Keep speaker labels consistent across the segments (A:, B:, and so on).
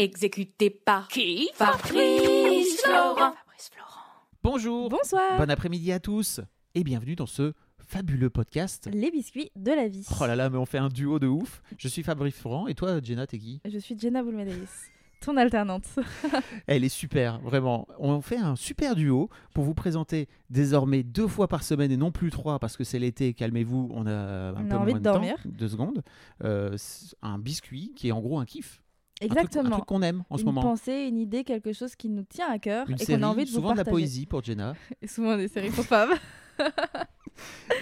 A: Exécuté par qui Fabrice Florent. Fabrice Florent.
B: Bonjour,
C: Bonsoir
B: bon après-midi à tous et bienvenue dans ce fabuleux podcast.
C: Les biscuits de la vie.
B: Oh là là, mais on fait un duo de ouf. Je suis Fabrice Florent et toi, Jenna, t'es qui
C: Je suis Jenna Boulmedelis, ton alternante.
B: Elle est super, vraiment. On fait un super duo pour vous présenter désormais deux fois par semaine et non plus trois parce que c'est l'été, calmez-vous, on a un peu
C: a
B: moins
C: envie de
B: temps,
C: dormir.
B: deux secondes. Euh, c'est un biscuit qui est en gros un kiff. Un truc- Un truc,
C: Exactement.
B: qu'on aime en ce
C: une
B: moment.
C: pensée, une idée, quelque chose qui nous tient à cœur
B: Une
C: et
B: série,
C: qu'on a envie de
B: souvent
C: vous
B: de la
C: partager.
B: poésie pour Jenna.
C: Et souvent des séries pour femmes.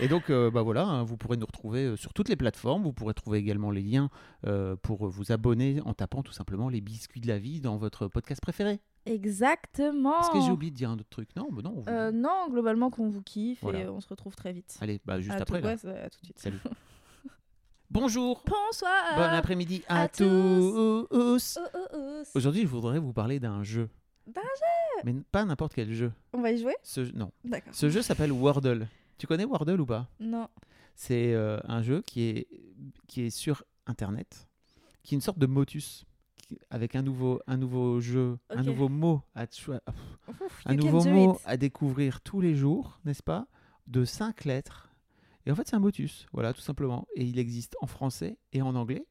B: Et donc, euh, bah voilà, hein, vous pourrez nous retrouver euh, sur toutes les plateformes. Vous pourrez trouver également les liens euh, pour vous abonner en tapant tout simplement les biscuits de la vie dans votre podcast préféré.
C: Exactement.
B: Est-ce que j'ai oublié de dire un autre truc Non, bah non. on vous-
C: Oh. Euh, Non, globalement qu'on vous kiffe
B: Voilà.
C: et euh, on se retrouve très vite.
B: Allez, bah juste
C: À
B: après.
C: tout,
B: là.
C: ouais, ça- à tout de suite.
B: Salut. Bonjour.
C: Bonsoir.
B: Bon après-midi à,
C: à
B: tous.
C: tous. Oh, oh, oh.
B: Aujourd'hui, je voudrais vous parler d'un jeu.
C: D'un
B: jeu Mais n- pas n'importe quel jeu.
C: On va y jouer
B: Ce, non.
C: D'accord.
B: Ce jeu s'appelle Wordle. Tu connais Wordle ou pas
C: Non.
B: C'est euh, un jeu qui est, qui est sur Internet, qui est une sorte de motus, qui- avec un nouveau, un nouveau jeu, un
C: Ok.
B: nouveau mot à choi- ah, pff,
C: Ouf,
B: un
C: you can
B: nouveau
C: do
B: mot
C: it.
B: à découvrir tous les jours, n'est-ce pas De cinq lettres. Et en fait, c'est un motus, voilà, tout simplement. Et il existe en français et en anglais.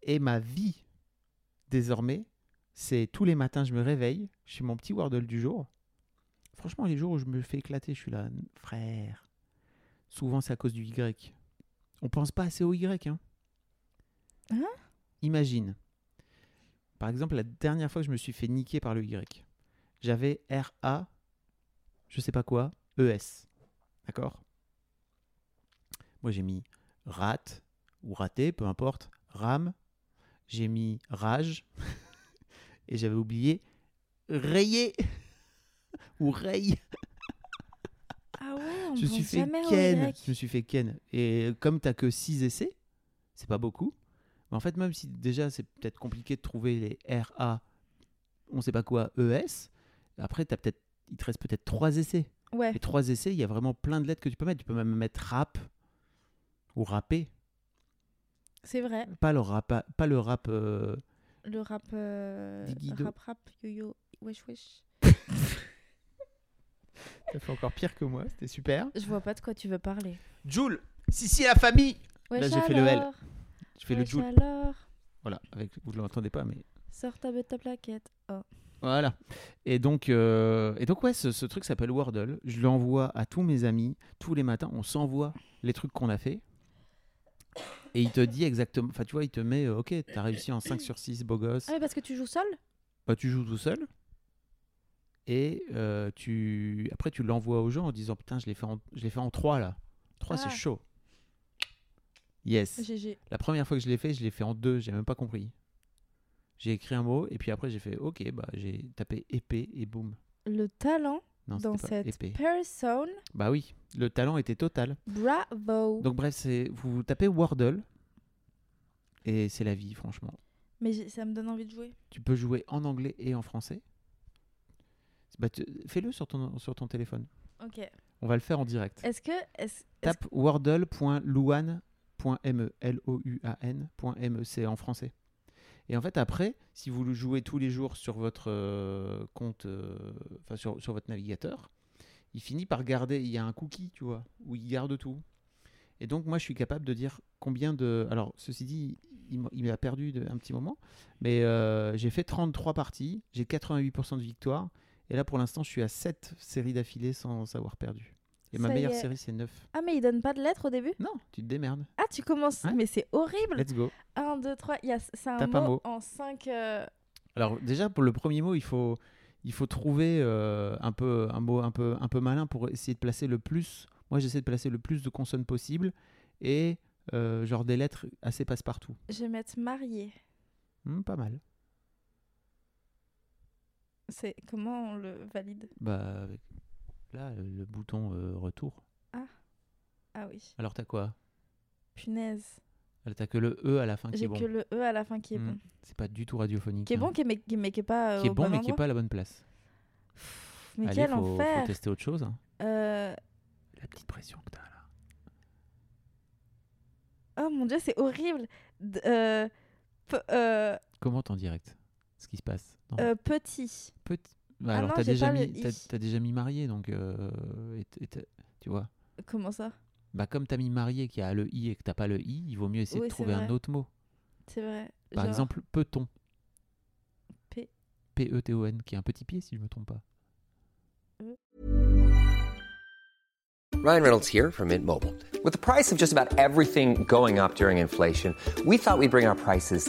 B: Et ma vie, désormais, c'est tous les matins, je me réveille, je fais mon petit Wordle du jour. Franchement, les jours où je me fais éclater, je suis là, frère. Souvent, c'est à cause du Y. On pense pas assez au Y. Hein.
C: Hein
B: Imagine. Par exemple, la dernière fois que je me suis fait niquer par le Y, j'avais RA, je sais pas quoi, ES. D'accord Moi, j'ai mis rat ou raté, peu importe, RAM. J'ai mis rage. et j'avais oublié rayé ou raye.
C: Ah ouais, on
B: Je me suis
C: pense
B: fait
C: jamais au
B: ken.
C: Y.
B: Je me suis fait ken. Et comme t'as que 6 essais, c'est pas beaucoup. Mais en fait, même si déjà c'est peut-être compliqué de trouver les RA, on sait pas quoi, ES, après t'as peut-être il te reste peut-être 3 essais.
C: Ouais.
B: Et 3 essais, il y a vraiment plein de lettres que tu peux mettre. Tu peux même mettre rap ou rapper.
C: C'est vrai,
B: Pas le rap, pas le rap euh,
C: le rap, euh,
B: Diggy Do.
C: rap, rap, yo-yo, wesh, wesh.
B: Ça fait encore pire que moi, c'était super.
C: Je vois pas de quoi tu veux parler.
B: Joule, si si la famille.
C: Wesh
B: j'ai fait le L.
C: alors,
B: Je fais le
C: wesh
B: Joule.
C: alors,
B: Voilà, avec vous ne l'entendez pas, mais
C: sors ta bête, ta plaquette. Oh.
B: Voilà. Et donc, euh, et donc ouais, ce, ce truc s'appelle Wordle. Je l'envoie à tous mes amis tous les matins. On s'envoie les trucs qu'on a fait. Et il te dit exactement. Enfin, tu vois, il te met euh, Ok, t'as réussi en 5 sur 6, beau gosse.
C: Ah mais parce que tu joues seul
B: Bah, tu joues tout seul. Et euh, tu après, tu l'envoies aux gens en disant Putain, je l'ai fait, en- je l'ai fait en 3 là. 3,
C: Ah.
B: c'est chaud. Yes.
C: GG.
B: La première fois que je l'ai fait, je l'ai fait en deux, j'ai même pas compris. J'ai écrit un mot et puis après j'ai fait OK, bah j'ai tapé épée et boum.
C: Le talent
B: Non,
C: dans
B: c'était pas
C: cette
B: épée.
C: personne,
B: Bah oui, le talent était total.
C: bravo.
B: Donc bref, c'est vous tapez Wordle et c'est la vie franchement.
C: Mais j'ai- ça me donne envie de jouer.
B: Tu peux jouer en anglais et en français. Bah, tu- fais-le sur ton sur ton téléphone.
C: Ok.
B: On va le faire en direct.
C: Est-ce que... Est
B: Tape wordle.luan.me, L-O-U-A-N.me, c'est en français. Et en fait, après, si vous le jouez tous les jours sur votre euh, compte, euh, enfin sur, sur votre navigateur, il finit par garder, il y a un cookie, tu vois, où il garde tout. Et donc, moi, je suis capable de dire combien de. Alors, ceci dit, il m'a- il m'a perdu de- un petit moment, mais euh, j'ai fait 33 parties, j'ai 88% de victoire, et là, pour l'instant, je suis à 7 séries d'affilée sans avoir perdu. Et ma
C: Ça y
B: meilleure
C: est.
B: série, c'est 9.
C: Ah mais il donne pas de lettres au début
B: Non, tu te démerdes.
C: Ah tu commences,
B: Ouais.
C: mais c'est horrible.
B: Let's go.
C: 1, 2, 3, c'est un
B: Tape un
C: mot,
B: mot.
C: en euh, 5...
B: Alors déjà pour le premier mot, il faut il faut trouver euh, un peu un mot un peu un peu malin pour essayer de placer le plus. Moi, j'essaie de placer le plus de consonnes possible et euh, genre des lettres assez passe-partout.
C: Je vais mettre marié.
B: Hmm, pas mal.
C: C'est comment on le valide
B: Bah, avec- là, euh, le bouton euh, retour.
C: Ah oui.
B: Alors, t'as quoi
C: Punaise.
B: Ah, T'as que le E à la fin qui
C: J'ai
B: est bon.
C: que le E à la fin qui est
B: Hmm,
C: bon.
B: C'est pas du tout radiophonique.
C: Qui est
B: hein.
C: bon, qui est- mais qui mais qui est pas. euh,
B: Qui est
C: au
B: bon,
C: bon
B: mais qui est
C: endroit.
B: pas à la bonne place.
C: Pff, Mais
B: Allez,
C: quel
B: faut, faut
C: enfer
B: tester autre chose. hein.
C: Euh,
B: La petite pression que t'as là.
C: Oh mon dieu, c'est horrible D- euh, pe- euh,
B: Comment en direct Ce qui se passe Non.
C: euh, Petit.
B: Peut- Bah,
C: ah
B: alors
C: non,
B: t'as
C: j'ai
B: déjà
C: pas le
B: mis
C: i.
B: t'as- t'as déjà mis marié donc euh, et t- et t'as- tu vois
C: Comment ça
B: bah comme t'as mis marié qui a le i et que t'as pas le i il vaut mieux essayer
C: Oui,
B: de
C: c'est
B: trouver un
C: vrai.
B: autre mot
C: C'est vrai.
B: par
C: Genre,
B: exemple peut-on
C: P.
B: p e t o n qui est un petit pied si je me trompe pas
D: Ryan Reynolds here from Mint Mobile. With the price of just about everything going up during inflation, we thought we'd bring our prices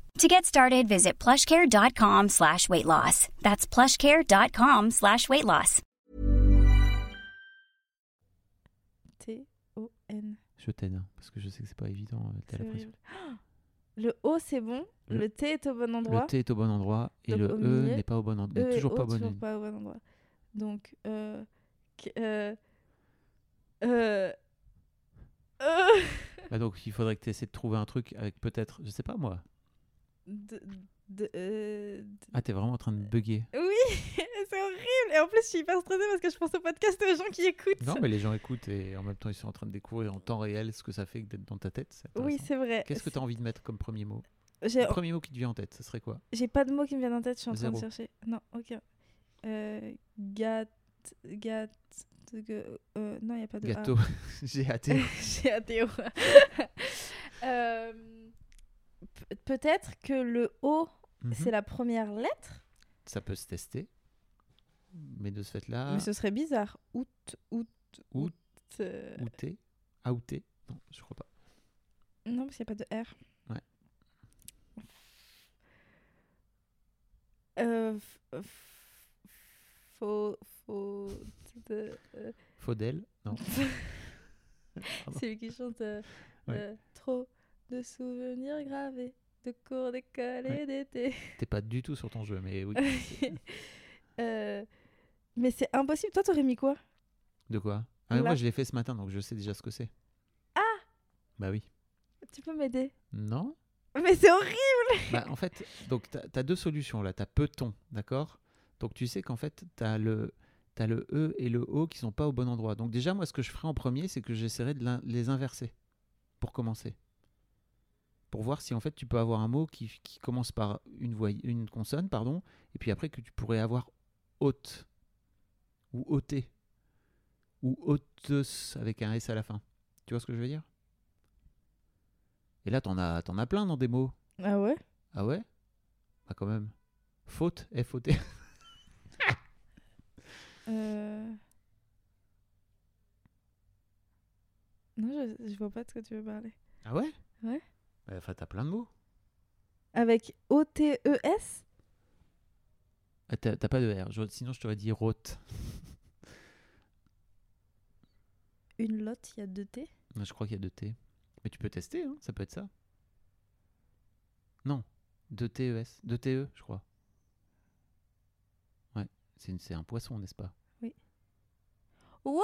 E: To get started, visit plushcare.com slash weight loss. That's plushcare.com slash weight loss.
C: T-O-N.
B: je t'aide hein, parce que je sais que c'est pas évident euh, t'as
C: C'est
B: la pression
C: horrible. Le O, c'est bon.
B: Le-
C: Le T est au bon endroit.
B: le T est au bon endroit et
C: Donc,
B: le
C: au
B: E
C: milieu,
B: n'est pas au bon endroit
C: E
B: n'est
C: et
B: toujours
C: O,
B: pas au bon
C: toujours
B: endroit
C: pas au bon endroit. Donc, euh, qu- euh, euh, euh,
B: Bah, donc il faudrait que tu essaies de trouver un truc avec peut-être je sais pas moi
C: de- de- euh, de-
B: ah t'es vraiment en train de bugger
C: Oui, c'est horrible. Et en plus, je suis hyper stressée parce que je pense au podcast et aux gens qui écoutent.
B: non mais les gens écoutent et en même temps ils sont en train de découvrir en temps réel ce que ça fait que d'être dans ta tête c'est
C: Oui,
B: intéressant.
C: c'est vrai.
B: Qu'est-ce que tu as envie de mettre comme premier mot
C: J'ai-
B: Le premier mot qui te vient en tête, ce serait quoi
C: J'ai pas de mots qui me viennent en tête, je suis en train de
B: Zéro.
C: chercher. Non, ok. Euh, gat, gat, gue- euh, non, il n'y a pas de A.
B: Gâteau. J'ai hâté.
C: J'ai ATO. Euh, pe- Peut-être que le O,
B: Mhm.
C: c'est la première lettre,
B: Ça peut se tester. Mais de ce fait-là,
C: mais ce serait bizarre. Out, out,
B: Ah. Out.
C: euh,
B: outé, outé. Non, je crois pas.
C: Non, parce qu'il n'y a pas de R.
B: Ouais.
C: Euh, f- f- faux, faux, de- euh,
B: Faudel. Non. Pardon.
C: celui qui chante euh,
B: Ouais.
C: euh, trop de souvenirs gravés de cours d'école
B: Ouais.
C: et d'été.
B: T'es pas du tout sur ton jeu, mais oui.
C: Euh, mais c'est impossible. Toi, t'aurais mis quoi
B: De quoi ah, mais
C: Là.
B: Moi, je l'ai fait ce matin, donc je sais déjà ce que c'est.
C: Ah
B: Bah oui.
C: Tu peux m'aider
B: Non
C: Mais c'est horrible
B: bah, En fait, donc t'as as deux solutions là. T'as peut-on, d'accord Donc tu sais qu'en fait, t'as le... T'as le E et le O qui sont pas au bon endroit. Donc déjà, moi, ce que je ferai en premier, c'est que j'essaierai de l'in- les inverser pour commencer. Pour voir si en fait tu peux avoir un mot qui, qui commence par une, voy- une consonne, pardon, et puis après que tu pourrais avoir hôte ou ôté ou hôteuse avec un S à la fin. Tu vois ce que je veux dire Et là, t'en as, t'en as plein dans des mots.
C: Ah ouais
B: Ah ouais Bah quand même. Faute, F-O-T.
C: Euh, Non, je, je vois pas de quoi tu veux parler.
B: Ah ouais
C: Ouais.
B: Bah, Enfin, t'as plein de mots.
C: Avec E O-T-E-S
B: Ah, t'as t'as pas de R, je- sinon je t'aurais dit rote.
C: Une lotte, il y a deux T.
B: Non, Je crois qu'il y a deux T. Mais tu peux tester, hein, ça peut être ça. Non, deux T-E-S, deux T-E, je crois. Ouais, c'est une- c'est un poisson, n'est-ce pas
C: Wouhou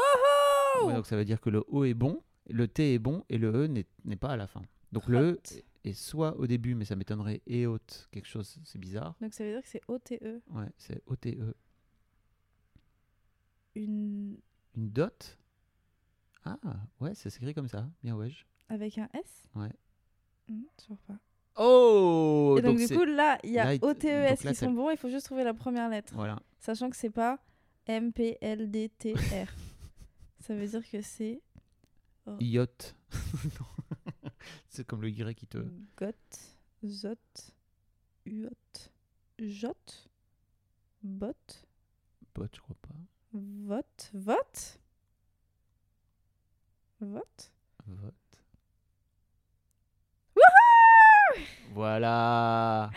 C: Oh
B: Ouais, Donc ça veut dire que le O est bon, le T est bon et le E n'est- n'est pas à la fin. Donc le
C: Rote.
B: E est soit au début, mais ça m'étonnerait, et haute, quelque chose, c'est bizarre.
C: Donc ça veut dire que c'est E, O-T-E.
B: Ouais, c'est E. O-T-E.
C: Une...
B: Une dot Ah, ouais, ça s'écrit comme ça. Miawaj.
C: Avec un S
B: Ouais.
C: Hmm, toujours pas.
B: Oh
C: et donc,
B: c'est-
C: du coup, là, il y a
B: là, il-
C: OTES
B: donc là,
C: qui
B: ça-
C: sont bons, il faut juste trouver la première lettre.
B: Voilà.
C: Sachant que c'est pas M-P-L-D-T-R. Ça veut dire que c'est
B: Yacht. Non. c'est comme le Y qui te.
C: GOT, ZOT, UOT, JOT, BOT,
B: Bot, je crois pas.
C: VOT, VOT, VOT.
B: Vote. Voilà.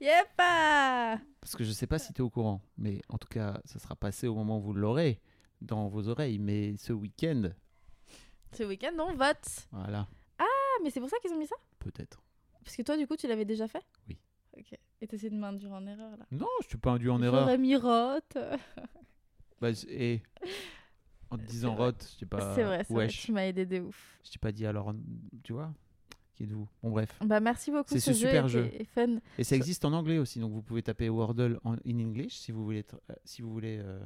C: Yep ah
B: Parce que je sais pas si tu es au courant, mais en tout cas, ça sera passé au moment où vous l'aurez dans vos oreilles. Mais ce week-end,
C: Ce week-end, on vote
B: voilà,
C: Ah, mais c'est pour ça qu'ils ont mis ça
B: peut-être.
C: Parce que toi, du coup, tu l'avais déjà fait
B: Oui.
C: Ok. Et t'essaies de m'induire en erreur, là.
B: Non, je suis pas induit en erreur.
C: J'aurais mis rote.
B: Bah, c'est- eh, en te disant
C: vrai.
B: rot, je sais pas.
C: c'est vrai, c'est vrai,
B: Bah, Wesh.
C: tu m'as aidé de ouf.
B: Je t'ai pas dit alors, tu vois, qui êtes-vous Bon, bref.
C: Bah, merci beaucoup.
B: C'est ce super jeu.
C: était Fun.
B: Et ça existe en anglais aussi, donc vous pouvez taper Wordle en, in English si vous voulez. tr- euh, Si vous voulez euh.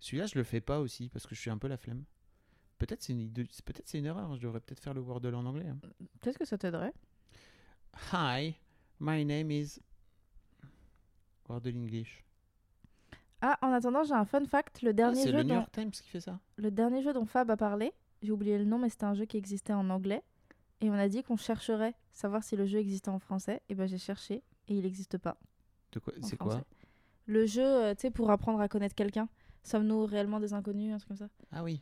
B: Celui-là, je le fais pas aussi parce que je suis un peu la flemme. Peut-être c'est une, idée- c'est- peut-être c'est une erreur. hein, Je devrais peut-être faire le Wordle en anglais. hein.
C: Peut-être que ça t'aiderait.
B: Hi, my name is Wordle English.
C: Ah, en attendant, j'ai un fun fact. Le dernier,
B: Ah, c'est
C: jeu,
B: le New
C: dont,
B: York Times qui fait ça.
C: le dernier jeu dont Fab a parlé, j'ai oublié le nom, mais c'était un jeu qui existait en anglais. Et on a dit qu'on chercherait savoir si le jeu existait en français. Et ben j'ai cherché et il n'existe pas.
B: De quoi
C: en
B: C'est quoi
C: français. Le jeu, euh, tu sais, pour apprendre à connaître quelqu'un. Sommes-nous réellement des inconnus Un truc comme ça.
B: Ah oui,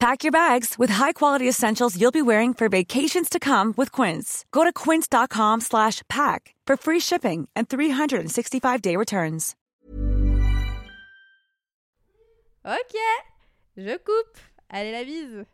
F: Pack your bags with high-quality essentials you'll be wearing for vacations to come with Quince. Go to quince.com slash pack for free shipping and 365-day returns.
C: Ok, je coupe. Allez la bise